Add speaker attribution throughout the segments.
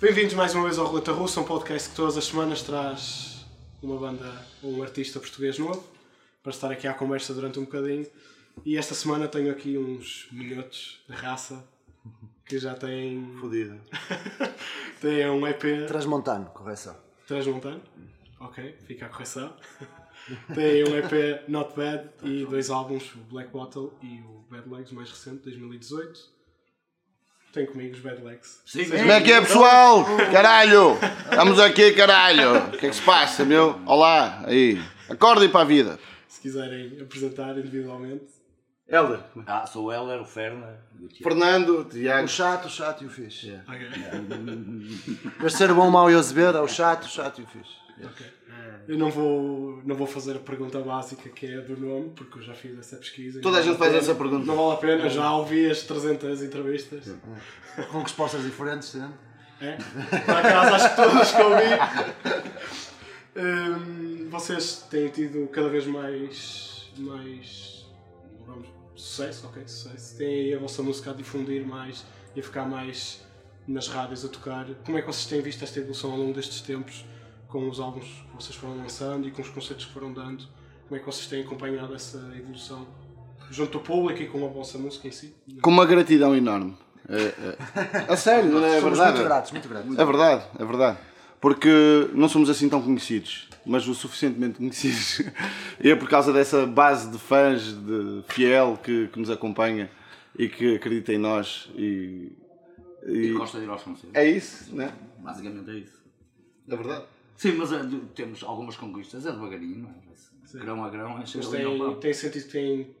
Speaker 1: Bem-vindos mais uma vez ao Roleta Russa, um podcast que todas as semanas traz uma banda ou um artista português novo para estar aqui à conversa durante um bocadinho. E esta semana tenho aqui uns minhotos de raça que já têm,
Speaker 2: Fodido.
Speaker 1: têm um EP
Speaker 3: Transmontano, correção.
Speaker 1: Transmontano. Ok, fica a correção. Tem um EP Not Bad e dois álbuns, o Black Bottle e o Bad Legs, mais recente, 2018. Tem comigo os Bad Legs.
Speaker 2: Como é que é, pessoal? Caralho! Estamos aqui, caralho! O que é que se passa, meu? Olá, aí. Acordem para a vida.
Speaker 1: Se quiserem apresentar individualmente.
Speaker 2: Helder.
Speaker 4: Ah, sou o Heller, o Ferna. e o Tiago.
Speaker 2: Fernando,
Speaker 3: O
Speaker 2: Tiago.
Speaker 3: chato, o chato e o fixe.
Speaker 1: Ok.
Speaker 3: Mas ser bom, mau e azevedo é o chato, o chato e o fixe.
Speaker 1: Eu não vou, não vou fazer a pergunta básica que é a do nome, porque eu já fiz essa pesquisa.
Speaker 2: Toda a gente faz essa
Speaker 1: Não
Speaker 2: pergunta.
Speaker 1: vale a pena, já ouvi as 300 entrevistas.
Speaker 3: Com respostas diferentes sempre.
Speaker 4: né?
Speaker 1: É? Por acaso, acho que todas que ouvi. Hum, vocês têm tido cada vez mais. mais. vamos, sucesso, ok? Sucesso. Têm aí a vossa música a difundir mais e a ficar mais nas rádios a tocar. Como é que vocês têm visto esta evolução ao longo destes tempos com os álbuns que vocês foram lançando e com os concertos que foram dando? Como é que vocês têm acompanhado essa evolução? Junto ao público e com a vossa música em si?
Speaker 2: Com uma gratidão enorme. É, é. A sério, não é
Speaker 3: Somos
Speaker 2: verdade?
Speaker 3: muito gratos, muito gratos.
Speaker 2: É verdade, é verdade. Porque não somos assim tão conhecidos, mas o suficientemente conhecidos. E é por causa dessa base de fãs de fiel que, que nos acompanha e que acredita em nós. E,
Speaker 4: E
Speaker 2: e-
Speaker 4: gosta de ir aos concertos.
Speaker 2: é isso, né?
Speaker 4: Basicamente é isso.
Speaker 2: É verdade.
Speaker 4: Sim, mas eh, de- temos algumas conquistas, é devagarinho, não é? Vai ser Grão a grão, é chegar
Speaker 1: Mas
Speaker 4: ali ao
Speaker 1: tem,
Speaker 4: pau.
Speaker 1: tem sentido que tem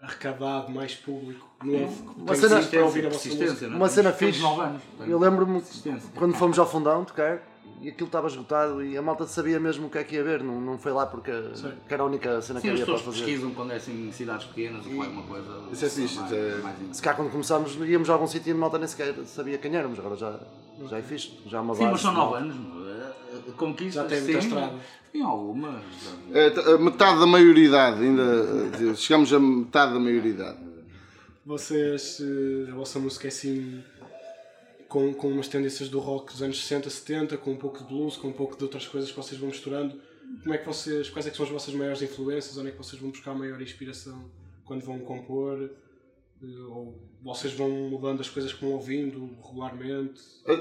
Speaker 1: arrecadado mais público novo que
Speaker 4: Uma
Speaker 1: tem
Speaker 4: cena-
Speaker 1: sido para ouvir a vossa música.
Speaker 4: persistência, não é?
Speaker 3: Uma cena
Speaker 4: Temos- temos
Speaker 3: fixe.
Speaker 4: nove anos,
Speaker 3: Eu
Speaker 4: portanto,
Speaker 3: lembro-me
Speaker 4: Persistência.
Speaker 3: quando fomos ao fundão tocar e aquilo estava esgotado e a malta sabia mesmo o que é que ia ver, não, não foi lá porque
Speaker 1: Sim.
Speaker 3: que era a única cena que
Speaker 4: Sim, as
Speaker 3: havia para
Speaker 4: pessoas
Speaker 3: fazer.
Speaker 4: pesquisam quando é assim em cidades pequenas ou alguma coisa.
Speaker 2: Isso é fixe,
Speaker 4: mais-
Speaker 2: é-
Speaker 4: mais in-
Speaker 3: Se cá quando começámos íamos a algum sítio e a malta nem sequer sabia quem éramos, agora já, já é fixe, já é uma
Speaker 4: Sim,
Speaker 3: base.
Speaker 4: mas são nove anos, não é? Eh, Conquistas,
Speaker 1: Já tem muita
Speaker 4: sim.
Speaker 1: estrada.
Speaker 4: Tem algumas.
Speaker 2: É, t- a metade da maioridade, ainda eh, chegamos a metade da maioridade.
Speaker 1: Vocês, eh, a vossa música é assim, com, com umas tendências do rock dos anos 60, 70, com um pouco de blues, com um pouco de outras coisas que vocês vão misturando. Como é que vocês, quais é que são as vossas maiores influências? Onde é que vocês vão buscar a maior inspiração quando vão compor? Eh, Ou vocês vão mudando as coisas que vão ouvindo regularmente?
Speaker 2: É,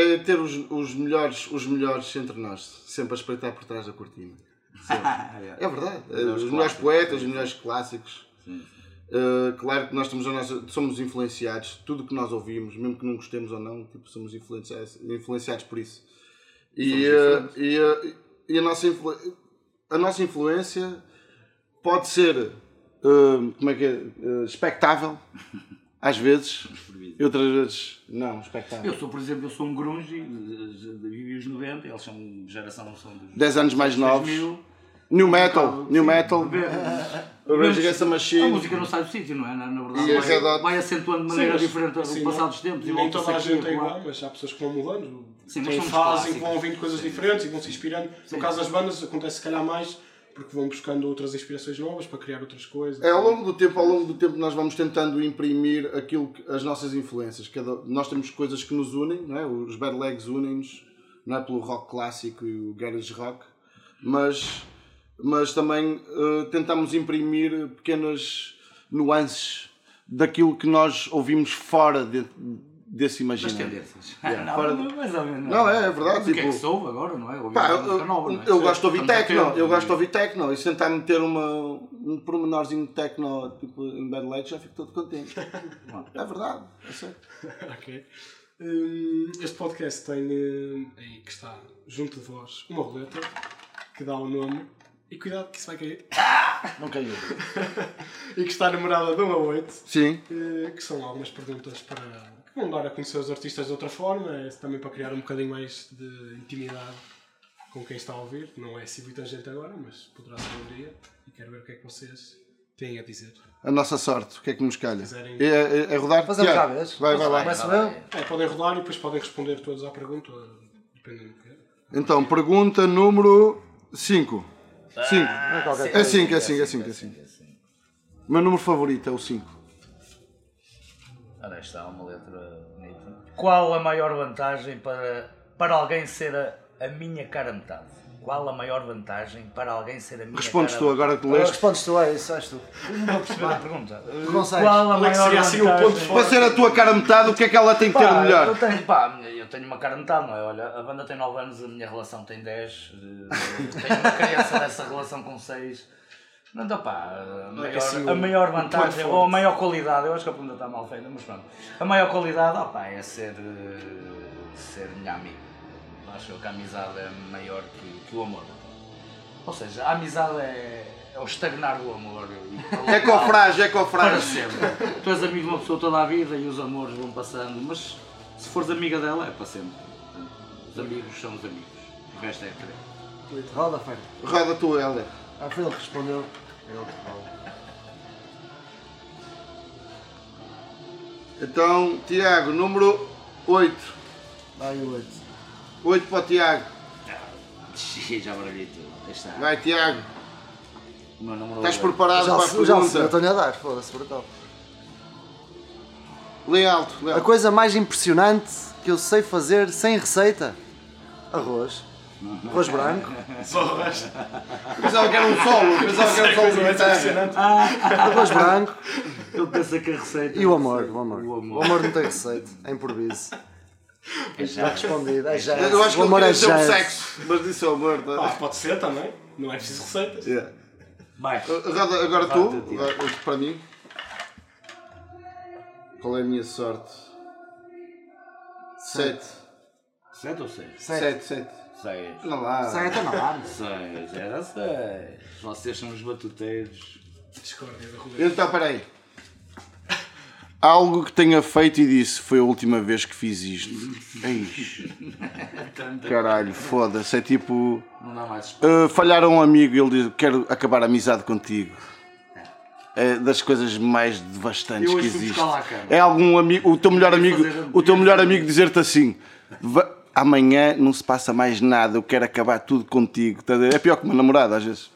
Speaker 2: é, é ter os, os melhores, os melhores entre nós, sempre a espreitar por trás da cortina. É verdade.
Speaker 4: Os melhores
Speaker 2: os melhores
Speaker 4: clássicos.
Speaker 2: poetas, os melhores clássicos.
Speaker 4: Sim.
Speaker 2: Uh, claro que nós temos a nossa- somos influenciados, tudo o que nós ouvimos, mesmo que não gostemos ou não, tipo, somos influenciados, influenciados por isso. E, uh, e, uh, e a, nossa influ- a nossa influência pode ser uh, como é que é? Uh, expectável, às vezes, e outras vezes não,
Speaker 4: Eu
Speaker 2: expectável.
Speaker 4: sou, por exemplo, eu sou um grunge, de- de- de- vivi os 90, eles são geração são dos
Speaker 2: 10 anos mais novos,
Speaker 4: 2000.
Speaker 2: new metal, new metal,
Speaker 4: Vê-
Speaker 2: Rage Against the
Speaker 4: A
Speaker 2: Machine,
Speaker 4: música não sai do sítio, não é? Na, na
Speaker 2: E
Speaker 4: verdade,
Speaker 2: a Red
Speaker 4: vai,
Speaker 2: Hot-
Speaker 4: vai acentuando de maneira
Speaker 1: mas-
Speaker 4: diferente ao
Speaker 1: sim,
Speaker 4: passar
Speaker 1: não-
Speaker 4: dos tempos. e
Speaker 1: Nem
Speaker 4: volta-se
Speaker 1: toda a
Speaker 4: aqui,
Speaker 1: gente é
Speaker 4: acolá.
Speaker 1: igual, mas há pessoas que vão mudando.
Speaker 4: Sim, mas
Speaker 1: Tem fases em que
Speaker 4: são clássicos.
Speaker 1: vão ouvindo coisas diferentes e vão se inspirando. No caso das bandas, acontece se calhar mais porque vão buscando outras inspirações novas para criar outras coisas.
Speaker 2: É, ao longo do tempo, ao longo do tempo nós vamos tentando imprimir aquilo que, as nossas influências. Cada- nós temos coisas que nos unem, não é? Os Bad Legs unem-nos, não é pelo rock clássico e o garage rock, mas mas também eh, tentamos imprimir pequenas nuances daquilo que nós ouvimos fora de- desse
Speaker 4: Das
Speaker 2: imaginário.
Speaker 4: tendências.
Speaker 2: Yeah,
Speaker 4: não,
Speaker 2: fora-
Speaker 4: não, mais ou menos,
Speaker 2: Não, é, é verdade,
Speaker 4: Mas O que é que
Speaker 2: tipo-
Speaker 4: se ouve agora, não é? Ouvir
Speaker 2: Pá,
Speaker 4: música
Speaker 2: eu,
Speaker 4: nova, não é?
Speaker 2: eu gosto de ouvir
Speaker 4: Estamos a
Speaker 2: techno,
Speaker 4: tempo,
Speaker 2: eu gosto de
Speaker 4: não é?
Speaker 2: ouvir techno e se tentar meter uma, um pormenorzinho de techno tipo, em Bad Legs já fico todo contente. é verdade, é sério.
Speaker 1: Ok. Hum, este podcast tem hum, aí que está junto de vós uma roleta que dá o nome. E cuidado que isso vai cair.
Speaker 3: Não caiu.
Speaker 1: E que está numerada de 1 a 8.
Speaker 2: Sim.
Speaker 1: Eh, que são algumas perguntas para que vão dar a conhecer os artistas de outra forma, é também para criar um bocadinho mais de intimidade com quem está a ouvir. Não é assim muita gente agora, mas poderá ser um dia e quero ver o que é que vocês têm a dizer.
Speaker 2: A nossa sorte, o que é que nos calha?
Speaker 1: Quiserem-
Speaker 2: É, é, é rodar?
Speaker 3: Fazemos
Speaker 2: Tiago,
Speaker 3: à vez.
Speaker 2: Vai, vai, vai.
Speaker 3: Começo eu?
Speaker 1: É, podem rodar e depois podem responder todos à pergunta, dependendo do que é.
Speaker 2: Então, pergunta número 5.
Speaker 4: Ah,
Speaker 3: Não
Speaker 2: 5.
Speaker 3: é qualquer
Speaker 2: É
Speaker 3: coisa.
Speaker 2: 5, é 5, é 5, é 5. Meu número favorito é o 5.
Speaker 5: é
Speaker 4: Ora, está uma letra bonita.
Speaker 5: Qual a maior vantagem para, para alguém ser a, a minha cara metade? Qual a maior vantagem para alguém ser a minha
Speaker 2: Respondes
Speaker 5: cara
Speaker 2: tu agora que leste.
Speaker 3: Respondes tu a isso, és tu.
Speaker 5: Não percebi a pergunta.
Speaker 3: consegues.
Speaker 5: Qual a
Speaker 1: Qual é que
Speaker 5: maior
Speaker 1: seria assim
Speaker 5: vantagem?
Speaker 1: o ponto forte?
Speaker 2: Para ser a tua cara metade, o que é que ela tem que ter
Speaker 5: Pá, Eu
Speaker 2: melhor?
Speaker 5: tenho, pá, eu tenho uma cara metade, não é? Olha, a banda tem 9 anos, a minha relação tem 10. eh, Tenho uma criança dessa relação com 6. Não dá pá. A
Speaker 1: Não é que
Speaker 5: maior,
Speaker 1: assim o-
Speaker 5: a maior
Speaker 1: o ponto
Speaker 5: vantagem,
Speaker 1: forte.
Speaker 5: ou a maior qualidade, eu acho que a pergunta está mal feita, mas pronto. A maior qualidade, ó pá, é ser, eh, ser minha amiga. Acho eu que a amizade é maior que, que o amor. Ou seja, a amizade é, é o estagnar do amor. e-
Speaker 2: É cofrage, é
Speaker 5: para
Speaker 2: cofrage.
Speaker 5: sempre. tu és amigo de uma pessoa toda a vida e os amores vão passando, mas se fores amiga dela é para sempre. Portanto, Os amigos são os amigos. O resto é querer.
Speaker 3: Roda, Fer.
Speaker 2: Roda tu, Helder.
Speaker 3: Ah, foi ele que respondeu. É ele que fala.
Speaker 2: Então, Tiago, número 8.
Speaker 3: Vai o 8.
Speaker 2: 8 para o Tiago.
Speaker 4: Xiii, Já baralhei tudo. Aí está.
Speaker 5: é?
Speaker 2: Vai, Tiago.
Speaker 4: O meu número
Speaker 2: Estás
Speaker 4: é-
Speaker 2: preparado
Speaker 3: Já,
Speaker 2: para a
Speaker 3: se- já se
Speaker 2: pergunta?
Speaker 3: estou-lhe a dar, foda-se, brutal.
Speaker 2: Lê alto, lê
Speaker 3: A
Speaker 2: alto.
Speaker 3: coisa mais impressionante que eu sei fazer sem receita? Arroz. Arroz branco.
Speaker 1: Só o resto.
Speaker 2: Pensava que era um solo, pensava que era um solo de guitarra.
Speaker 3: Arroz branco
Speaker 5: Ele pensa que a receita.
Speaker 3: e o amor, o amor.
Speaker 4: O
Speaker 3: O
Speaker 4: amor.
Speaker 3: amor, não tem receita, é improviso.
Speaker 4: É
Speaker 3: Está
Speaker 4: já.
Speaker 3: respondido, é jazz.
Speaker 2: Eu acho que
Speaker 3: o
Speaker 2: ele
Speaker 3: amor
Speaker 2: queria
Speaker 3: é
Speaker 2: dizer o
Speaker 3: jazz.
Speaker 2: sexo, mas disse o amor.
Speaker 1: Ah,
Speaker 2: tá?
Speaker 1: pode ser também. Não é preciso receitas.
Speaker 2: Yeah.
Speaker 4: Vai.
Speaker 2: Roda, agora tu, agora para mim. Qual é a minha sorte? 7.
Speaker 4: Sete ou seis?
Speaker 3: 7.
Speaker 2: 7, 7.
Speaker 4: Seis.
Speaker 2: Não dá.
Speaker 5: então
Speaker 3: não dá.
Speaker 4: Seis. Era seis. Vocês são os batuteiros.
Speaker 1: Discórdia da Rubens.
Speaker 2: Então, peraí. Algo que tenha feito e disse foi a última vez que fiz isto. Eish. Caralho, foda-se. É tipo.
Speaker 4: Não dá mais espaço.
Speaker 2: Uh, falhar a um amigo e ele diz: Quero acabar a amizade contigo. É das coisas mais devastantes
Speaker 4: Eu
Speaker 2: que
Speaker 4: hoje fui
Speaker 2: existe.
Speaker 4: buscar lá a cama.
Speaker 2: É algum amigo, o teu melhor amigo,
Speaker 4: fazer-
Speaker 2: o teu melhor amigo dizer-te assim: "Va- amanhã não se passa mais nada, eu quero acabar tudo contigo. Estás a ver? É pior que uma namorada às vezes.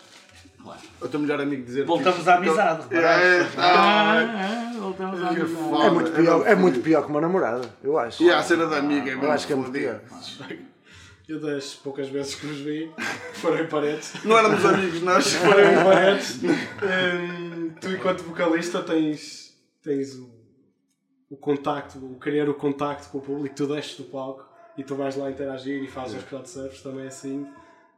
Speaker 2: O teu melhor amigo dizer
Speaker 5: Voltamos à amizade. reparaste?
Speaker 2: É, ah,
Speaker 5: Voltamos à
Speaker 2: que
Speaker 5: amizade.
Speaker 2: foda.
Speaker 3: É muito, pior, é muito pior que uma namorada, eu acho.
Speaker 2: E a cena da amiga é
Speaker 3: Eu acho que é
Speaker 2: muito
Speaker 3: muito pior.
Speaker 2: fodida.
Speaker 1: Eu das poucas vezes que nos vi, farei paredes.
Speaker 2: Não éramos amigos, nós.
Speaker 1: Farei paredes. um Hum, tu, enquanto vocalista, tens, tens o, o contacto, o querer o contacto com o público. Tu deixas do palco e tu vais lá interagir e fazes os crowdsurfs também assim,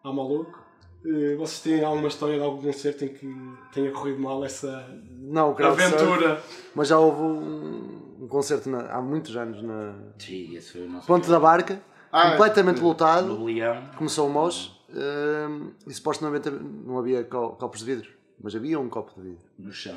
Speaker 1: ao maluco. Eh, Vocês têm alguma história de algum concerto em que tenha corrido mal essa
Speaker 3: Não, o crowdsurf,
Speaker 1: aventura?
Speaker 3: Mas já houve um, um concerto na- há muitos anos na
Speaker 4: Sim, esse foi o nosso.
Speaker 3: Ponte da Barca,
Speaker 2: Ah,
Speaker 3: completamente lotado.
Speaker 4: No leão.
Speaker 3: Começou o mosh hum, e supostamente não havia co- copos de vidro, mas havia um copo de vidro
Speaker 4: No chão.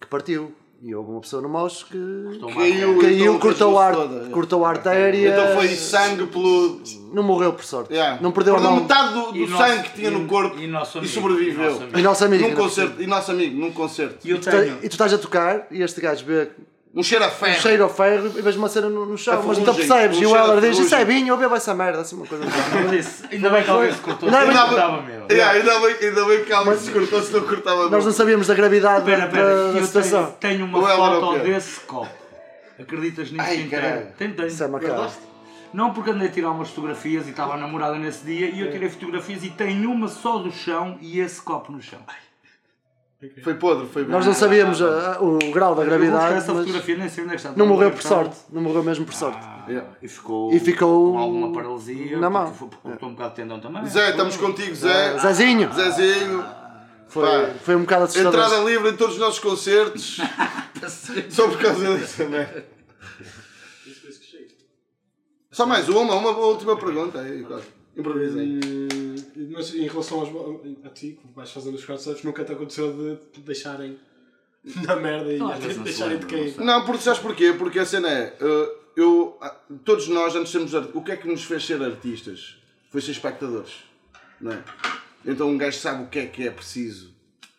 Speaker 3: que partiu. E houve uma pessoa no mosh que
Speaker 4: Tomar
Speaker 2: Caiu,
Speaker 3: caiu,
Speaker 2: então,
Speaker 3: cortou, a ar,
Speaker 2: toda.
Speaker 3: cortou a artéria.
Speaker 2: Então foi sangue pelo.
Speaker 3: Não morreu, por sorte.
Speaker 2: Yeah.
Speaker 3: Não perdeu a
Speaker 2: Perdeu
Speaker 3: mão.
Speaker 2: metade do, do
Speaker 4: E nosso-
Speaker 2: sangue que tinha
Speaker 4: e-
Speaker 2: no corpo
Speaker 4: e
Speaker 2: e,
Speaker 4: nosso amigo, e
Speaker 2: sobreviveu.
Speaker 4: nosso amigo.
Speaker 3: E nosso amigo.
Speaker 2: num
Speaker 3: ainda por
Speaker 2: concerto, e nosso amigo, num concerto.
Speaker 5: E eu
Speaker 3: cima.
Speaker 5: tenho.
Speaker 3: E tu estás a tocar e este gajo vê
Speaker 2: Um cheiro a
Speaker 3: um
Speaker 2: ferro.
Speaker 3: cheiro ao ferro e vês uma cena no, no chão,
Speaker 2: A
Speaker 3: mas não
Speaker 2: ferrugem,
Speaker 3: percebes.
Speaker 2: um
Speaker 3: e o
Speaker 2: cheiro a
Speaker 3: Heller diz: Isso é
Speaker 2: ferrugem.
Speaker 3: vinho, eu bebo essa merda, assim uma coisa.
Speaker 5: Eu disse, Ainda bem que alguém se cortou.
Speaker 3: Não, é
Speaker 5: Não,
Speaker 3: mas-
Speaker 5: estava meu.
Speaker 2: Yeah, ainda, bem, ainda bem que alguém se cortou, se não cortava
Speaker 3: Nós não sabíamos da gravidade
Speaker 5: Espera,
Speaker 3: da-
Speaker 5: espera.
Speaker 3: da, da
Speaker 5: Eu tenho,
Speaker 3: situação.
Speaker 5: tenho uma
Speaker 2: Ou ela era o
Speaker 5: foto
Speaker 2: quê?
Speaker 5: desse copo. Acreditas nisso?
Speaker 2: Ai,
Speaker 5: Tenho,
Speaker 2: caralho.
Speaker 5: tenho. tenho.
Speaker 3: Isso é macabro.
Speaker 5: Não porque andei a tirar umas fotografias e estava a namorada nesse dia e eu tirei fotografias e tenho uma só do chão e esse copo no chão.
Speaker 2: Foi podre, foi bom.
Speaker 3: Nós não sabíamos ah, o grau da
Speaker 5: Eu vou buscar
Speaker 3: gravidade.
Speaker 5: essa
Speaker 3: mas-
Speaker 5: fotografia, nem sei onde é que está.
Speaker 3: Não morreu por
Speaker 5: Então,
Speaker 3: sorte, não morreu mesmo por sorte.
Speaker 4: Yeah. E ficou,
Speaker 3: E ficou
Speaker 4: Ah,
Speaker 3: um
Speaker 4: com alguma paralisia.
Speaker 3: na
Speaker 4: porque
Speaker 3: mão.
Speaker 4: foi- Porque cortou um bocado de tendão também.
Speaker 2: Zé, estamos contigo,
Speaker 3: É.
Speaker 2: Zé.
Speaker 3: Zezinho,
Speaker 2: Zezinho.
Speaker 3: foi,
Speaker 2: pá.
Speaker 3: foi um bocado assustador.
Speaker 2: Entrada livre em todos os nossos concertos. Só por causa disso também. Só mais uma, uma última pergunta. aí, quase. Improvisa aí.
Speaker 1: Hum, mas em relação aos, a ti, que vais fazendo os crowdsurfs, nunca te aconteceu de te deixarem na merda e
Speaker 4: Não, às vezes não se
Speaker 1: deixarem de
Speaker 4: lembra, não
Speaker 1: cair.
Speaker 4: sei.
Speaker 2: Não, porque sabes porquê? Porque a cena é. uh, eu, ah, todos nós, antes de sermos art- o que é que nos fez ser artistas? Foi ser espectadores. Não é? Então um gajo sabe o que é que é preciso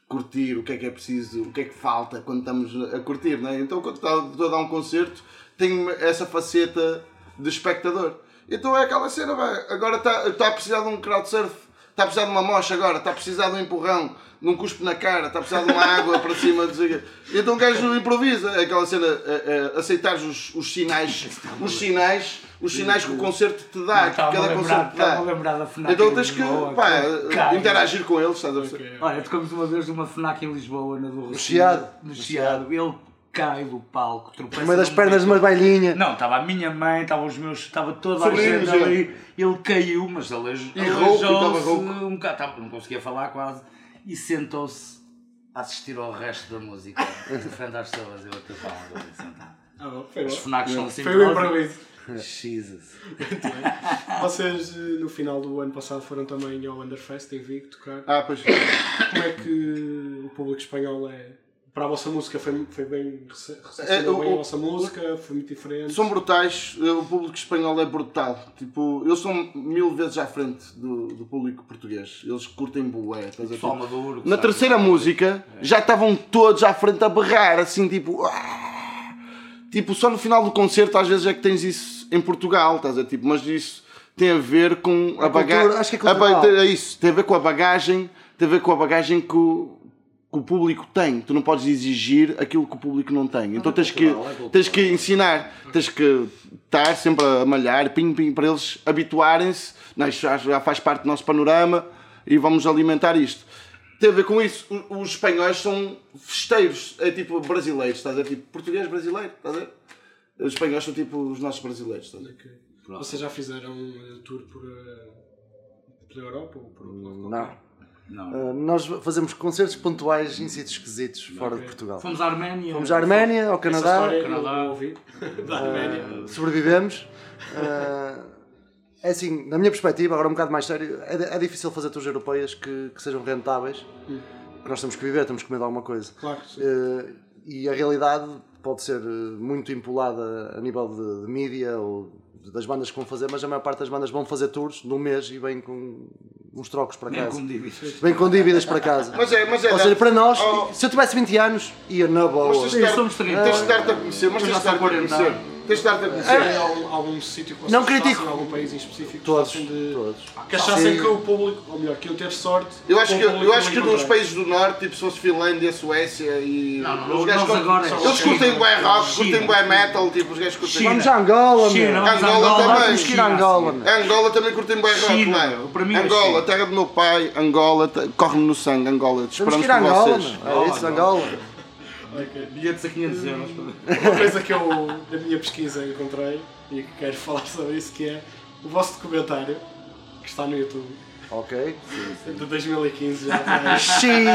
Speaker 2: curtir, o que é que é preciso, o que é que falta quando estamos a curtir. Não é? Então quando estou estou a dar um concerto, tenho essa faceta de espectador. Então é aquela cena, vai, agora está está a precisar de um crowdsurf. está a precisar de uma mocha agora, está a precisar de um empurrão, de um cuspe na cara, está a precisar de uma água para cima. não sei o quê. Então o gajo improvisa. É Aquela cena, é, é, aceitares os, os sinais, os sinais, os sinais que o concerto te
Speaker 5: tá
Speaker 2: dá, que cada concerto te
Speaker 5: Estava a
Speaker 2: dá.
Speaker 5: lembrar da FNAC.
Speaker 2: Então
Speaker 5: em
Speaker 2: tens que
Speaker 5: Lisboa,
Speaker 2: pá,
Speaker 5: que caralho.
Speaker 2: interagir com eles, estás a perceber?
Speaker 5: Olha, tocamos uma vez numa FNAC em Lisboa, na do Rocio.
Speaker 3: Chiado.
Speaker 5: No Chiado. Ele cai do palco, tropeça.
Speaker 3: Uma das
Speaker 5: num
Speaker 3: pernas de uma bailinha.
Speaker 5: Não, estava a minha mãe, estava os meus, estava toda
Speaker 2: Sobrinhos,
Speaker 5: a gente ali. Ele caiu, mas aleij-
Speaker 2: E rouco,
Speaker 5: aleijou-se
Speaker 2: estava rouco.
Speaker 5: um bocado, estava- não conseguia falar quase, e sentou-se a assistir ao resto da música, de frente às pessoas, eu até falando ali sentado.
Speaker 1: Ah, bom, foi bom.
Speaker 5: Os FNACs são assim.
Speaker 1: Foi o improviso.
Speaker 5: Jesus.
Speaker 1: Vocês eh, no final do ano passado foram também ao Underfest em Vigo tocar.
Speaker 2: Ah, pois.
Speaker 1: Como é que o público espanhol é? Para a vossa música foi, foi bem rece-
Speaker 2: É, o-
Speaker 1: recepcionou bem a
Speaker 2: o-
Speaker 1: vossa música, foi muito diferente.
Speaker 2: São brutais, eh, o público espanhol é brutal. Tipo, eles são mil vezes à frente do, do público português. Eles curtem bué, estás a ver?
Speaker 4: Só maduro.
Speaker 2: Na
Speaker 4: sabe?
Speaker 2: terceira música,
Speaker 3: É.
Speaker 2: já estavam todos à frente a berrar, assim, tipo... "Ah!" Tipo, só no final do concerto, às vezes, é que tens isso em Portugal, estás a ver? Tipo, mas isso tem a ver com a,
Speaker 3: A cultura,
Speaker 2: bagagem...
Speaker 3: acho que é cultural.
Speaker 2: É isso, tem a ver com a bagagem, tem a ver com a bagagem que o, que o público tem. Tu não podes exigir aquilo que o público não tem. Então tens que,
Speaker 4: cultural, é cultural.
Speaker 2: tens que ensinar, tens que estar sempre a malhar, pim, pim, para eles habituarem-se. Não, isto já- já faz parte do nosso panorama e vamos alimentar isto. Tem a ver com isso. O- Os espanhóis são festeiros, é tipo brasileiros, estás a ver? Tipo português brasileiro, estás a ver? Os espanhóis são tipo os nossos brasileiros, estás a ver?
Speaker 1: Ok. Vocês já fizeram um tour por, eh, pela Europa ou por outro lado?
Speaker 3: Não.
Speaker 4: Não.
Speaker 3: Ah, nós fazemos concertos pontuais em sítios esquisitos, fora de Portugal.
Speaker 5: Fomos à Arménia.
Speaker 3: Fomos à Arménia, ao
Speaker 1: Essa
Speaker 3: Canadá,
Speaker 1: história eu
Speaker 5: Canadá.
Speaker 1: não ouvi. Da Arménia.
Speaker 3: sobrevivemos. Ah, é assim, na minha perspectiva, agora um bocado mais sério, é, é difícil fazer tours europeias que, que sejam rentáveis. porque Nós temos que viver, temos que comer de alguma coisa.
Speaker 1: Claro, sim.
Speaker 3: Eh, e a realidade pode ser eh, muito empolada a nível de, de mídia ou de- das bandas que vão fazer, mas a maior parte das bandas vão fazer tours num mês e vêm com uns trocos para
Speaker 4: Nem
Speaker 3: casa.
Speaker 4: como dívidas.
Speaker 3: Vêm com dívidas para casa.
Speaker 2: Mas é, mas é.
Speaker 3: Ou
Speaker 2: dá-
Speaker 3: seja, para nós,
Speaker 2: Oh,
Speaker 3: se eu tivesse 20 anos, ia na boa.
Speaker 2: mas tens de
Speaker 5: Sim,
Speaker 2: dar-
Speaker 5: somos 30.
Speaker 2: Tens de dar-te a conhecer, mas
Speaker 4: Eu
Speaker 2: tens
Speaker 4: já
Speaker 2: de dar-te a
Speaker 4: sou 40.
Speaker 2: conhecer. Tens de dar-te a conhecer.
Speaker 1: Tem algum, algum sítio que vocês
Speaker 3: Não
Speaker 1: gostassem,
Speaker 3: critico.
Speaker 1: algum país em específico que
Speaker 3: Todos,
Speaker 1: gostassem de-
Speaker 3: todos.
Speaker 1: que achassem
Speaker 3: Sim.
Speaker 1: que o público, ou melhor, que eu teve sorte.
Speaker 2: Eu acho
Speaker 1: com o
Speaker 2: que, eu
Speaker 1: público
Speaker 2: acho que nos
Speaker 1: encontrar.
Speaker 2: países do norte, tipo se fosse Finlândia, Suécia e.
Speaker 4: Não, não,
Speaker 2: os
Speaker 4: nós
Speaker 2: gajos
Speaker 4: agora-
Speaker 2: Eles
Speaker 4: China.
Speaker 2: curtem bué rock,
Speaker 4: China.
Speaker 2: curtem bué metal, tipo os gajos curtem.
Speaker 5: China.
Speaker 3: Vamos a Angola,
Speaker 5: China,
Speaker 3: meu.
Speaker 5: vamos a
Speaker 2: Angola também.
Speaker 5: vamos
Speaker 3: Temos que ir a
Speaker 5: China,
Speaker 3: Angola,
Speaker 5: sim.
Speaker 3: meu.
Speaker 2: A Angola também curtem bué rock,
Speaker 5: China,
Speaker 2: mano.
Speaker 4: para mim é
Speaker 2: Angola,
Speaker 4: China.
Speaker 2: terra do meu pai, Angola, te- corre-me no sangue, Angola. Te
Speaker 3: Temos que
Speaker 2: esperamos
Speaker 3: ir a
Speaker 2: por
Speaker 3: Angola,
Speaker 2: vocês.
Speaker 3: meu. É isso, Angola.
Speaker 5: Bilhetes a 500 euros. para-
Speaker 1: Uma coisa que eu, na minha pesquisa, encontrei e que quero falar sobre isso, que é o vosso documentário, que está no YouTube,
Speaker 3: Ok.
Speaker 1: de 2015 já. tem.
Speaker 3: Xiii,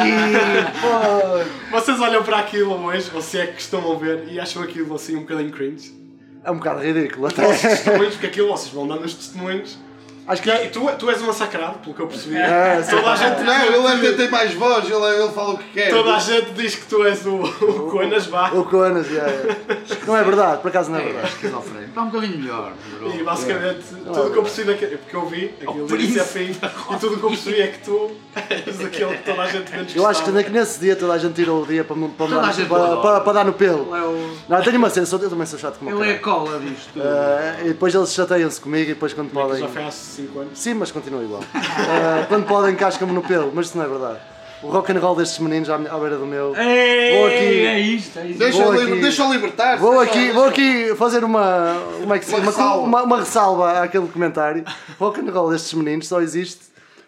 Speaker 3: pô.
Speaker 1: Vocês olham para aquilo hoje, ou se é que estão a ver, e acham aquilo assim um bocadinho cringe.
Speaker 3: É um bocado ridículo. até.
Speaker 1: Os testemunhos, porque aquilo vocês vão dando os testemunhos.
Speaker 3: Acho que
Speaker 1: E tu, tu és um massacrado, pelo que eu percebi.
Speaker 3: É, sim.
Speaker 1: Toda a gente
Speaker 2: Não, ele até tem mais voz, ele, ele fala o que quer.
Speaker 1: Toda a gente diz que tu és o, o Conas, vá.
Speaker 3: o Conas, já é. Não é verdade, por acaso não é
Speaker 4: É,
Speaker 3: verdade.
Speaker 4: esquizofrénico. Está um bocadinho melhor. Bruno.
Speaker 1: E basicamente,
Speaker 3: É.
Speaker 1: tudo o que eu percebi daquele. Porque eu
Speaker 3: Oh,
Speaker 1: vi aquilo do início a fim, e tudo o que eu percebi é que tu és aquele que toda a gente menos
Speaker 3: Eu acho
Speaker 1: gostava.
Speaker 3: que na- que nesse dia toda a gente tirou o dia para, me- para, me
Speaker 4: Toda a
Speaker 3: dar,
Speaker 4: gente
Speaker 3: para,
Speaker 4: adora.
Speaker 3: para- para dar no pelo.
Speaker 5: Ele é o-
Speaker 3: Não, tenho uma cena, sou- eu também sou chato como o
Speaker 5: Ele é a
Speaker 3: caralho.
Speaker 5: cola disto.
Speaker 3: Ah, E depois eles chateiam-se comigo e depois quando podem...
Speaker 1: Já foi há 5 anos.
Speaker 3: Sim, mas continua igual. Ah, quando podem, cascam-me no pelo, mas isso não é verdade. O rock and roll destes meninos à, minha- à beira do meu. Vou aqui.
Speaker 5: Ei, é isto, é isto.
Speaker 2: Deixa,
Speaker 3: Vou
Speaker 2: eu liber-
Speaker 3: aqui-
Speaker 2: deixa eu libertar.
Speaker 3: Vou aqui, vou aqui fazer uma, uma, uma,
Speaker 2: ressalva.
Speaker 3: uma- uma ressalva àquele comentário. O rock and roll destes meninos só existe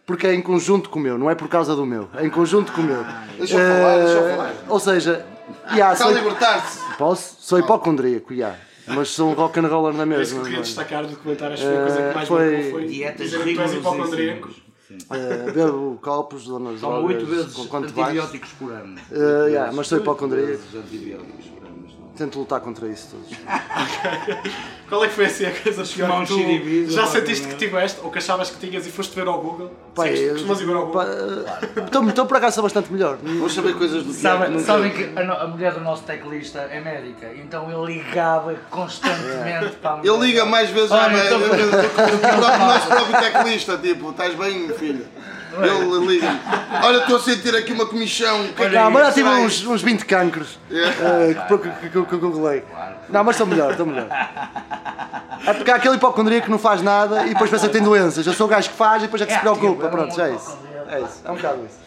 Speaker 3: porque é em conjunto com o meu, não é por causa do meu. É em conjunto com o meu.
Speaker 2: Deixa eu falar, deixa eu
Speaker 3: Eh,
Speaker 2: falar.
Speaker 3: Ou seja, já,
Speaker 2: Está
Speaker 3: sou,
Speaker 2: a libertar-se.
Speaker 3: posso? Sou hipocondríaco, já. Mas sou um rock and roller na
Speaker 1: Por isso que
Speaker 3: mesma.
Speaker 1: eu queria
Speaker 3: não é?
Speaker 1: destacar do documentário, acho que foi a coisa que mais
Speaker 3: foi-
Speaker 1: me marcou foi
Speaker 4: Dietas
Speaker 1: dizer que tu és hipocondríaco.
Speaker 4: rigorosíssimas.
Speaker 3: Eh, bebo copos, dou nas
Speaker 4: São oito
Speaker 3: drogas,
Speaker 4: vezes
Speaker 3: com quanto vais.
Speaker 4: antibióticos por ano.
Speaker 3: Eh, yeah, mas sou
Speaker 4: Oito
Speaker 3: hipocondríaco.
Speaker 4: vezes antibióticos por ano, mas não.
Speaker 3: Tento lutar contra isso todos.
Speaker 1: Qual é que foi assim a coisa
Speaker 5: Tomar
Speaker 1: pior
Speaker 5: um
Speaker 1: que
Speaker 5: xiribis,
Speaker 1: tu já
Speaker 5: ou
Speaker 1: sentiste
Speaker 5: qualquer
Speaker 1: que tiveste ou que achavas que tinhas e foste ver ao Google?
Speaker 3: Pá,
Speaker 1: Sim,
Speaker 3: eu-
Speaker 1: costumas ir ver ao
Speaker 3: pá,
Speaker 1: Google.
Speaker 3: eh, Estou estou por acaso bastante melhor.
Speaker 2: Vou saber coisas do Tiago,
Speaker 5: Sabem
Speaker 2: nunca-
Speaker 5: sabem que a, no- a mulher do nosso teclista é médica, então ele ligava constantemente para a mulher.
Speaker 2: Ele liga mais vezes à
Speaker 5: Olha,
Speaker 2: mãe
Speaker 5: então-
Speaker 2: do que o próprio nosso próprio teclista, tipo, estás bem, filho? Ele liga Olha, estou a sentir aqui uma comichão. O que é que
Speaker 3: Não, mas já tive
Speaker 2: será
Speaker 3: uns, uns 20 cancros eh, que, que, que, que eu googlei. Não, mas estão melhor, estão melhor. É porque há aquele hipocondríaco que não faz nada e depois pensa que tem doenças. Eu sou o gajo que faz e depois é que se preocupa. Pronto, já é isso. É isso, é um bocado isso.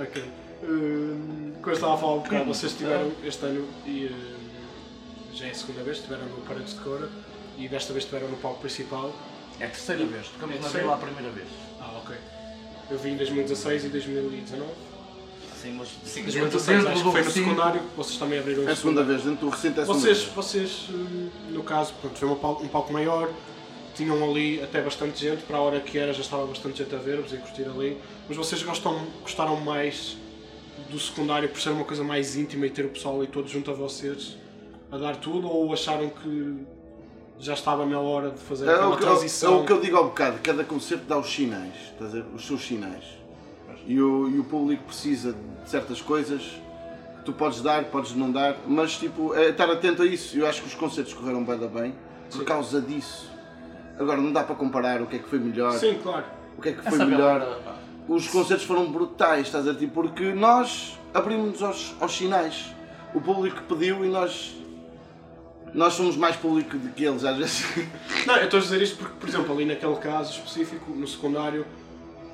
Speaker 1: Ok. Hum, como eu estava a falar um bocado, vocês tiveram este ano e hum, já é a segunda vez, tiveram no Paredes de Cora e desta vez tiveram no palco principal.
Speaker 5: É a terceira vez, tocamos
Speaker 1: É a
Speaker 5: na
Speaker 1: terceira?
Speaker 5: vila a primeira vez.
Speaker 1: Ah, ok. Eu vim em 2016 e 2019.
Speaker 5: Sim, mas sim, dentro,
Speaker 1: 2016
Speaker 5: dentro
Speaker 1: acho
Speaker 5: do
Speaker 1: que foi no
Speaker 5: recinto,
Speaker 1: secundário, vocês também abriram
Speaker 2: É a segunda vez, dentro do recinto é a segunda
Speaker 1: Vocês,
Speaker 2: vez.
Speaker 1: vocês, hum, no caso, pronto, foi um palco, um palco maior, tinham ali até bastante gente, para a hora que era já estava bastante gente a ver-vos e a curtir ali, mas vocês gostam, gostaram mais do secundário por ser uma coisa mais íntima e ter o pessoal ali todo junto a vocês a dar tudo, ou acharam que já estava na hora de fazer
Speaker 2: É
Speaker 1: aquela
Speaker 2: o, que, é o- é
Speaker 1: transição?
Speaker 2: o que eu digo ao bocado, cada concerto dá os sinais, estás a ver? os seus sinais. E o, e o público precisa de certas coisas que tu podes dar, podes não dar, mas tipo, é estar atento a isso. Eu acho que os concertos correram bem, da bem por causa disso. Agora não dá para comparar o que é que foi melhor,
Speaker 1: Sim, claro.
Speaker 2: o que é que
Speaker 5: essa
Speaker 2: foi
Speaker 5: vila
Speaker 2: melhor.
Speaker 5: era, pá,
Speaker 2: Os concertos foram brutais, estás a ver? Tipo, Porque nós abrimos aos, aos sinais. O público pediu e nós. Nós somos mais público do que eles às vezes.
Speaker 1: Não, eu estou a dizer isto porque, por exemplo, ali naquele caso específico, no secundário,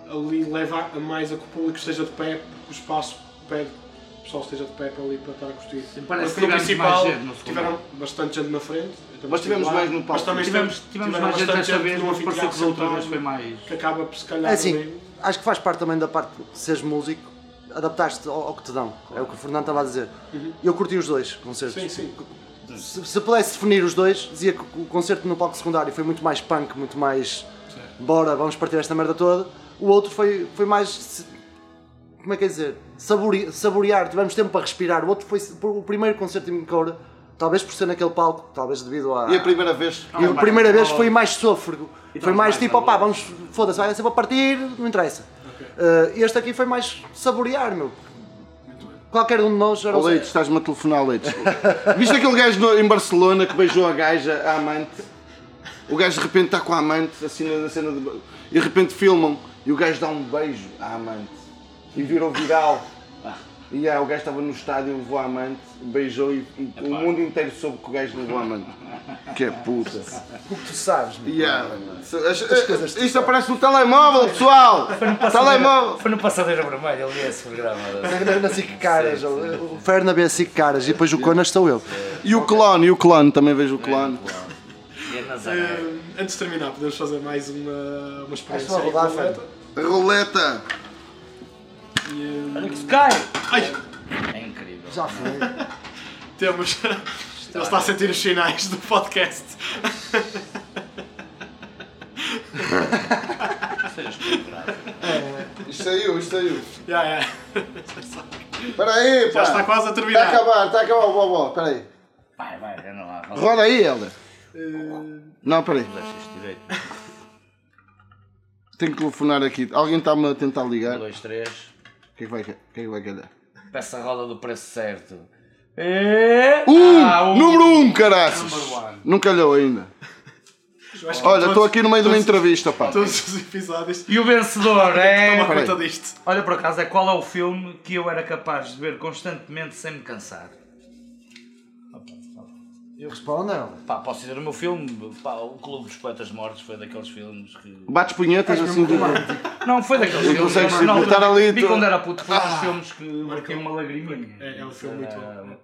Speaker 1: ali leva a mais a que o público esteja de pé, porque o espaço pede que o pessoal esteja de pé para ali para estar a curtir.
Speaker 4: Sim, parece
Speaker 1: Porque
Speaker 4: que
Speaker 1: no
Speaker 4: tivemos
Speaker 1: principal
Speaker 4: mais gente no secundário.
Speaker 1: tiveram bastante gente na frente. eu também estive
Speaker 2: Mas tivemos
Speaker 1: lá,
Speaker 2: mais no palco.
Speaker 1: Mas também
Speaker 4: Tivemos,
Speaker 1: estive-
Speaker 4: tivemos
Speaker 1: tiveram
Speaker 4: mais gente
Speaker 1: bastante
Speaker 4: desta vez,
Speaker 1: no
Speaker 4: mas pareceu que da
Speaker 1: anfiteatro
Speaker 4: outra vez foi
Speaker 1: sentado,
Speaker 4: mais.
Speaker 1: Que acaba por se calhar
Speaker 3: É assim,
Speaker 1: ali-
Speaker 3: acho que faz parte também da parte de seres músico, adaptaste ao, ao que te dão. É o que o Fernando estava a dizer. Eu curti os dois concertos.
Speaker 1: Sim, sim.
Speaker 3: Se, se pudesse definir os dois, dizia que o concerto no palco secundário foi muito mais punk, muito mais bora, vamos partir esta merda toda. O outro foi, foi mais. se- Como é que é dizer? Sabori- saborear, tivemos tempo para respirar. O outro foi o primeiro concerto em Cora, talvez por ser naquele palco, talvez devido à.
Speaker 2: E a primeira vez.
Speaker 3: E a
Speaker 4: vai,
Speaker 3: primeira vez
Speaker 4: ó.
Speaker 3: foi Ah, é mais sôfrego. Foi
Speaker 4: estamos
Speaker 3: mais
Speaker 4: mais
Speaker 3: tipo,
Speaker 4: ali.
Speaker 3: opá, vamos, foda-se, vai ser para partir, não interessa. Eh, este aqui foi mais saborear, meu. Qualquer um de nós era
Speaker 2: Ó
Speaker 3: um-
Speaker 2: Leites, estás-me a telefonar, Leites. Viste aquele gajo no- em Barcelona que beijou a gaja, a amante? O gajo de repente está com a amante, assim na na cena de. E de repente filmam e o gajo dá um beijo à amante. E virou viral. E ah, o gajo estava no estádio, levou a amante, beijou e, e o mundo inteiro soube que o gajo levou a amante. Que é puta.
Speaker 3: O que tu sabes, é? meu.
Speaker 2: Yeah. Isto aparece no telemóvel, pessoal! Telemóvel!
Speaker 5: Foi no Passadeiro Vermelho, ali é esse programa.
Speaker 3: Na- Na SIC Caras, o o Ferna vê a SIC Caras e depois o Conas sou eu.
Speaker 2: E o clone, e o clone, também vejo o clone.
Speaker 5: E a
Speaker 4: É.
Speaker 5: Nazaré.
Speaker 1: Eh, antes de terminar, podemos fazer mais uma, uma
Speaker 3: Acho
Speaker 1: experiência.
Speaker 3: que vou rodar,
Speaker 1: aí, completa.
Speaker 2: Roleta!
Speaker 1: E, eh,
Speaker 5: Olha que se cai!
Speaker 1: ai,
Speaker 5: É incrível.
Speaker 3: Já foi.
Speaker 1: temos. Ele está a sentir os sinais do podcast.
Speaker 2: Isto saiu, isto saiu.
Speaker 1: Yeah, yeah.
Speaker 2: Espera aí,
Speaker 3: Tá.
Speaker 2: pá.
Speaker 1: Já está quase a
Speaker 2: Está a
Speaker 1: terminar.
Speaker 2: acabar, está a acabar o bobó. Espera aí.
Speaker 5: Vai, vai, anda lá. Roda
Speaker 2: Roda aí, Helder. Não, espera aí.
Speaker 5: isto direito.
Speaker 2: Tenho que telefonar aqui. Alguém está-me a tentar ligar. O
Speaker 5: 2, 3.
Speaker 2: que é que vai, o que é que vai calhar?
Speaker 5: Peça a roda do preço certo. E...
Speaker 2: Um!
Speaker 5: Ah, um.
Speaker 2: Número um, caraças!
Speaker 5: Number one.
Speaker 2: Não calhou ainda.
Speaker 1: Eu acho que
Speaker 2: Olha,
Speaker 1: todos-
Speaker 2: estou aqui no meio de uma entrevista, pá.
Speaker 1: Todos os episódios
Speaker 5: E o vencedor
Speaker 1: toma
Speaker 5: é.
Speaker 2: Peraí.
Speaker 1: conta disto.
Speaker 5: Olha, por acaso, é qual é o filme que eu era capaz de ver constantemente sem me cansar?
Speaker 3: Eu respondo, não.
Speaker 5: Pá, posso dizer o meu filme? Pá, o Clube dos Poetas Mortos foi daqueles filmes que.
Speaker 2: Bates punhetas assim do.
Speaker 5: Não, foi daqueles
Speaker 2: Não
Speaker 5: filmes.
Speaker 2: consegues então.
Speaker 5: eu, na
Speaker 2: botar
Speaker 5: altura,
Speaker 2: ali,
Speaker 5: Vi
Speaker 2: tu-
Speaker 5: quando era puto, foi um dos filmes que marquei uma lagriminha.
Speaker 1: Ah, É, é um filme muito bom.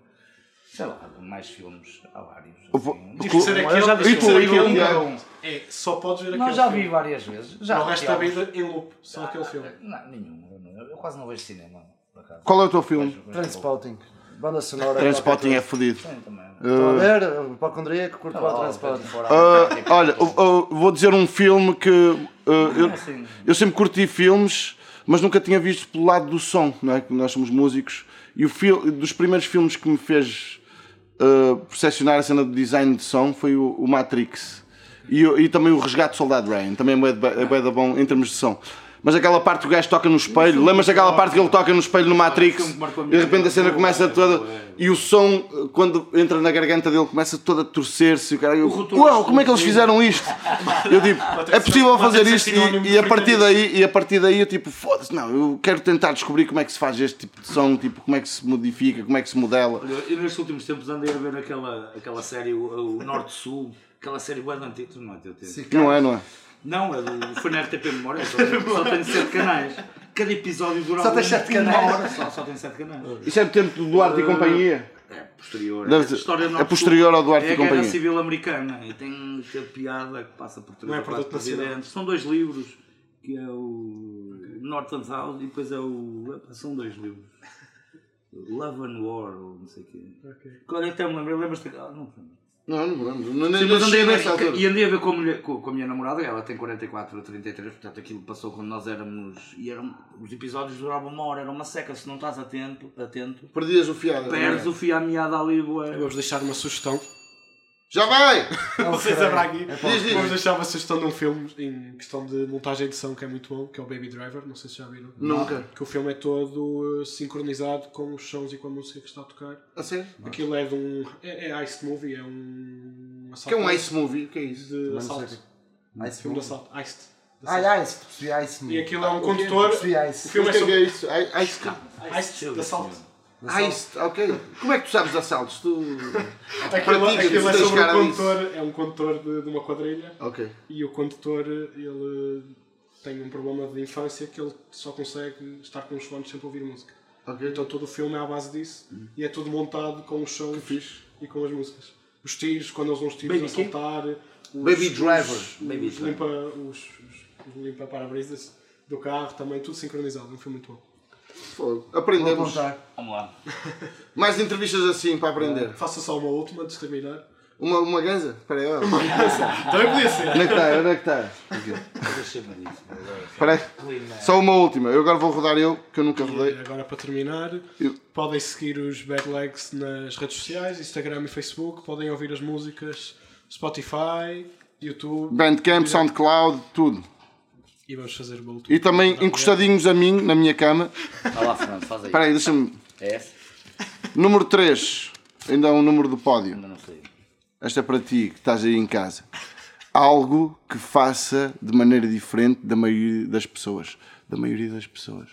Speaker 5: Sei lá, mais filmes, há vários.
Speaker 2: O po-
Speaker 5: assim.
Speaker 2: o
Speaker 1: Diz
Speaker 2: clu-
Speaker 1: que ser
Speaker 3: eu já
Speaker 1: aquele,
Speaker 3: disse
Speaker 1: diz que ser
Speaker 2: o
Speaker 1: aquele
Speaker 2: filme,
Speaker 1: cara.
Speaker 5: um.
Speaker 1: É, só podes ver aquele
Speaker 5: Não, já vi
Speaker 1: filme.
Speaker 5: várias vezes. Já
Speaker 1: o resto da
Speaker 5: vi alguns.
Speaker 1: vida em loop, só aquele filme.
Speaker 5: Não, nenhum. Eu, não- eu quase não vejo cinema, por acaso.
Speaker 2: Qual é o teu filme?
Speaker 3: Transpotting. Banda sonora.
Speaker 2: Transporting é fodido.
Speaker 5: Sim, também.
Speaker 3: Estão a ver? O é hipocondríaco,
Speaker 1: Tá
Speaker 3: curto para o
Speaker 5: Transporte.
Speaker 3: Transpotting.
Speaker 5: Fora.
Speaker 2: Ah, olha, eu- eu vou dizer um filme que. ah, eu,
Speaker 5: Assim.
Speaker 2: eu sempre curti filmes, mas nunca tinha visto pelo lado do som, não é? Que nós somos músicos. E o fil, dos primeiros filmes que me fez ah, percepcionar a cena do design de som foi o, o Matrix. E, o- e também o Resgate do Soldado Ryan, também é bué de ba- é bué da bom em termos de som. Mas aquela parte que o gajo toca no espelho, lembras daquela parte que ele toca no espelho no
Speaker 4: filme
Speaker 2: Matrix?
Speaker 4: que marcou a
Speaker 2: E
Speaker 4: minha
Speaker 2: de repente a cena
Speaker 4: vida.
Speaker 2: começa toda. E o som, quando entra na garganta dele, começa todo a torcer-se. e O cara, eu,
Speaker 4: rotor
Speaker 2: uau, como é que eles fizeram isto? Eu tipo, é possível
Speaker 1: Matrix
Speaker 2: fazer
Speaker 1: é
Speaker 2: isto?
Speaker 1: sinónimo
Speaker 2: E,
Speaker 1: de
Speaker 2: e a partir
Speaker 1: fritadeira.
Speaker 2: daí, e a partir daí eu tipo, foda-se, não, eu quero tentar descobrir como é que se faz este tipo de som, tipo, como é que se modifica, como é que se modela.
Speaker 4: Olha, eu nestes últimos tempos andei a ver aquela, aquela série, o, o Norte-Sul, aquela série boa de antigo, não é teu tempo.
Speaker 2: Não é, não é?
Speaker 4: Não, é do, foi na RTP Memória, só, só tem 7 canais. Cada episódio dura
Speaker 5: Só tem
Speaker 4: uma-
Speaker 5: sete canais.
Speaker 4: uma hora, só, só tem 7 canais.
Speaker 2: Isso é do tempo do Duarte e Companhia?
Speaker 4: É
Speaker 5: Eh,
Speaker 4: posterior.
Speaker 2: Deve
Speaker 4: A
Speaker 2: ser-
Speaker 4: história do
Speaker 2: é
Speaker 4: Norte-Sul
Speaker 2: posterior ao Duarte
Speaker 4: é
Speaker 2: e
Speaker 4: a Guerra
Speaker 2: Companhia.
Speaker 4: Civil Americana e tem a piada que passa por três
Speaker 1: Não é
Speaker 4: ou quatro
Speaker 1: produto nacional.
Speaker 4: presidentes. São dois livros, que é o Norton House e depois é o. São dois livros. Love and War, ou não sei o quê. Quando eu até me lembro, lembras-te. Ah, não sei.
Speaker 2: Não, não vamos. Não,
Speaker 4: Sim,
Speaker 2: nem
Speaker 5: é
Speaker 4: mas andei
Speaker 2: nasci
Speaker 4: a
Speaker 2: nessa
Speaker 4: ver,
Speaker 2: altura.
Speaker 4: e andei a ver com a, mulher- com- com a minha namorada, ela tem 44 a 33, portanto aquilo passou quando nós éramos. E eram, os episódios duravam uma hora, era uma seca, se não estás atento, atento
Speaker 2: Perdias o fiado.
Speaker 4: perdes o fio à meada ali, bué.
Speaker 1: Vamos deixar uma sugestão.
Speaker 2: Já vai!
Speaker 1: Não sei se haverá aqui.
Speaker 2: Diz, diz.
Speaker 1: Vamos deixar uma sugestão de um filme em questão de montagem e edição que é muito bom, que é o Baby Driver. Não sei se já viram.
Speaker 2: Nunca.
Speaker 1: Que o filme é todo eh, sincronizado com os sons e com a música que está a tocar.
Speaker 2: A sério?
Speaker 1: Aquilo é de um. É, é Ice Movie, é um.
Speaker 2: Que
Speaker 1: assalto
Speaker 2: é um ice movie? O que é isso?
Speaker 1: De
Speaker 3: Também não sei
Speaker 1: assalto.
Speaker 3: Ice
Speaker 1: Filme de
Speaker 3: Movie.
Speaker 1: assalto. Iced. De assalto.
Speaker 3: Ah, Ice, percebi Ice
Speaker 1: E
Speaker 3: Movie.
Speaker 1: aquilo é um
Speaker 3: O quê?
Speaker 1: condutor.
Speaker 3: Percebi ah,
Speaker 1: O
Speaker 3: Ice.
Speaker 1: filme é
Speaker 2: Mas o que é que é
Speaker 1: sobre.
Speaker 2: isso? I- Ice,
Speaker 1: Iced de assalto.
Speaker 4: assim,
Speaker 2: ice, Ah, ok. Como é que tu sabes de assaltos? Tu
Speaker 1: Aquilo,
Speaker 2: praticas, tu
Speaker 1: aquilo é
Speaker 2: tens
Speaker 1: sobre um
Speaker 2: cara disso.
Speaker 1: condutor, é um condutor de, de uma quadrilha
Speaker 2: Ok.
Speaker 1: e o condutor ele tem um problema de infância que ele só consegue estar com os fones sempre a ouvir música.
Speaker 2: Ok.
Speaker 1: Então todo o filme é à base disso e é tudo montado com os sons
Speaker 2: fixe.
Speaker 1: e com as músicas. Os tiros, quando eles vão os tiros a
Speaker 4: Baby quem?
Speaker 1: saltar, os,
Speaker 2: Baby
Speaker 1: os-
Speaker 2: Driver.
Speaker 1: os
Speaker 4: Baby
Speaker 1: limpa, os, os- os limpa para-brisas do carro também, tudo sincronizado, um filme muito bom.
Speaker 2: Fogo.
Speaker 3: Vou
Speaker 2: Aprendemos.
Speaker 3: apontar.
Speaker 4: Vamos lá.
Speaker 2: Mais entrevistas assim para aprender.
Speaker 1: Faça só uma última antes de terminar.
Speaker 2: Uma, uma ganza? Espera aí, olha. Onde
Speaker 1: Também Então podia ser.
Speaker 2: é que está? Onde é que está?
Speaker 4: Deixa-me disso.
Speaker 5: é
Speaker 2: Espera aí. Só uma última. Eu agora vou rodar eu, que eu nunca rodei.
Speaker 1: E agora para terminar,
Speaker 2: Eu-
Speaker 1: podem seguir os Bad Legs nas redes sociais, Instagram e Facebook, podem ouvir as músicas, Spotify, YouTube
Speaker 2: Bandcamp, Soundcloud, tudo.
Speaker 1: e vamos fazer bolo.
Speaker 2: E também encostadinhos a mim, na minha cama.
Speaker 4: Vai lá, Fernando, faz aí.
Speaker 2: Espera aí, deixa-me.
Speaker 4: É essa?
Speaker 2: Número 3. Ainda é um número do pódio.
Speaker 4: Ainda não sei.
Speaker 2: Esta é para ti, que estás aí em casa. Algo que faça de maneira diferente da maioria das pessoas. Da maioria das pessoas.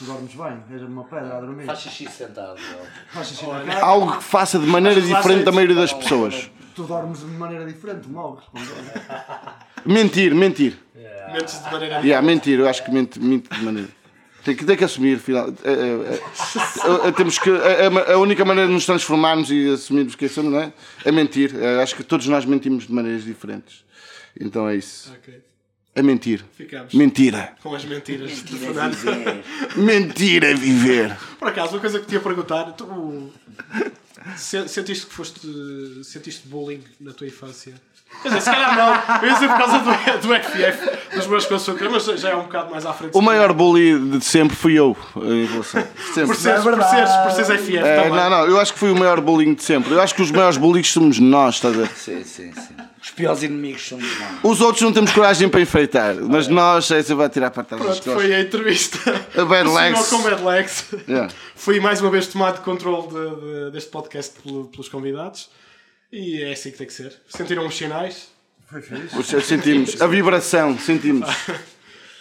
Speaker 3: Dormes bem, veja uma pedra a dormir.
Speaker 4: Faz xixi sentado. ó.
Speaker 3: Faz xixi na cara.
Speaker 2: Algo que faça de maneira diferente da maioria das pessoas.
Speaker 3: Tu dormes de maneira diferente, morres.
Speaker 2: Mentir, mentir.
Speaker 1: Mentes de maneira
Speaker 2: Yeah, mentir, eu acho que mente, mente de maneira. Tem que, tem que assumir, afinal. É, é, é, é, temos que, é- é ma- a única maneira de nos transformarmos e assumirmos que somos, não é? É mentir. É, acho que todos nós mentimos de maneiras diferentes. Então é isso.
Speaker 1: Ok,
Speaker 2: É mentir.
Speaker 1: ficamos
Speaker 2: Mentira.
Speaker 1: com as mentiras de Fernando.
Speaker 2: Mentir é viver.
Speaker 1: Por acaso, uma coisa que te ia perguntar, tu se- sentiste que foste. sentiste bullying na tua infância? Quer dizer, se calhar não, eu ia dizer por causa do, do FF, dos meus consultores, mas já é um bocado mais à frente.
Speaker 2: O maior bully de sempre fui eu, em relação.
Speaker 1: Por
Speaker 2: Sempre.
Speaker 1: seres, por seres, por seres FF,
Speaker 2: É,
Speaker 1: também.
Speaker 2: não, não, eu acho que fui o maior bullying de sempre. Eu acho que os maiores bullies somos nós, estás a ver?
Speaker 4: Sim, sim, sim. Os piores inimigos são os nós.
Speaker 2: Os outros não temos coragem para enfrentar, mas nós, é, você vai tirar para trás das
Speaker 1: Pronto,
Speaker 2: costas.
Speaker 1: foi a entrevista.
Speaker 2: A Bad
Speaker 1: do
Speaker 2: Legs.
Speaker 1: senhor com Bad Legs.
Speaker 2: Yeah.
Speaker 1: Fui mais uma vez tomado controle de- de- deste podcast pelo- pelos convidados. E é assim que tem que ser. Sentiram os sinais?
Speaker 2: Os- Sentimos a vibração, sentimos.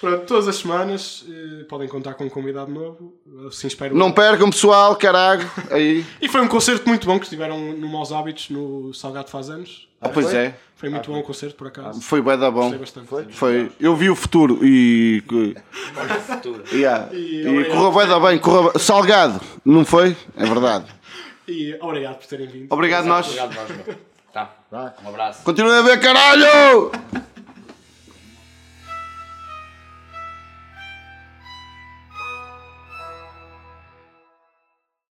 Speaker 1: Pronto, todas as semanas eh, podem contar com um convidado novo. Assim espero.
Speaker 2: Não percam, pessoal, caralho. Aí.
Speaker 1: E foi um concerto muito bom que tiveram no Maus Hábitos, no Salgado Faz Anos.
Speaker 2: Ah, pois é,
Speaker 1: Foi muito bom o concerto, por acaso.
Speaker 2: foi bem da bom.
Speaker 1: Gostei bastante.
Speaker 2: Foi. Eu vi o futuro e. Yeah.
Speaker 1: E-
Speaker 2: E correu bem da bem, correu bué- Salgado, não foi? É verdade.
Speaker 1: E obrigado por terem vindo.
Speaker 2: Obrigado, nós.
Speaker 4: Obrigado, Vasco. Tá. Um abraço.
Speaker 2: Continua a ver, caralho!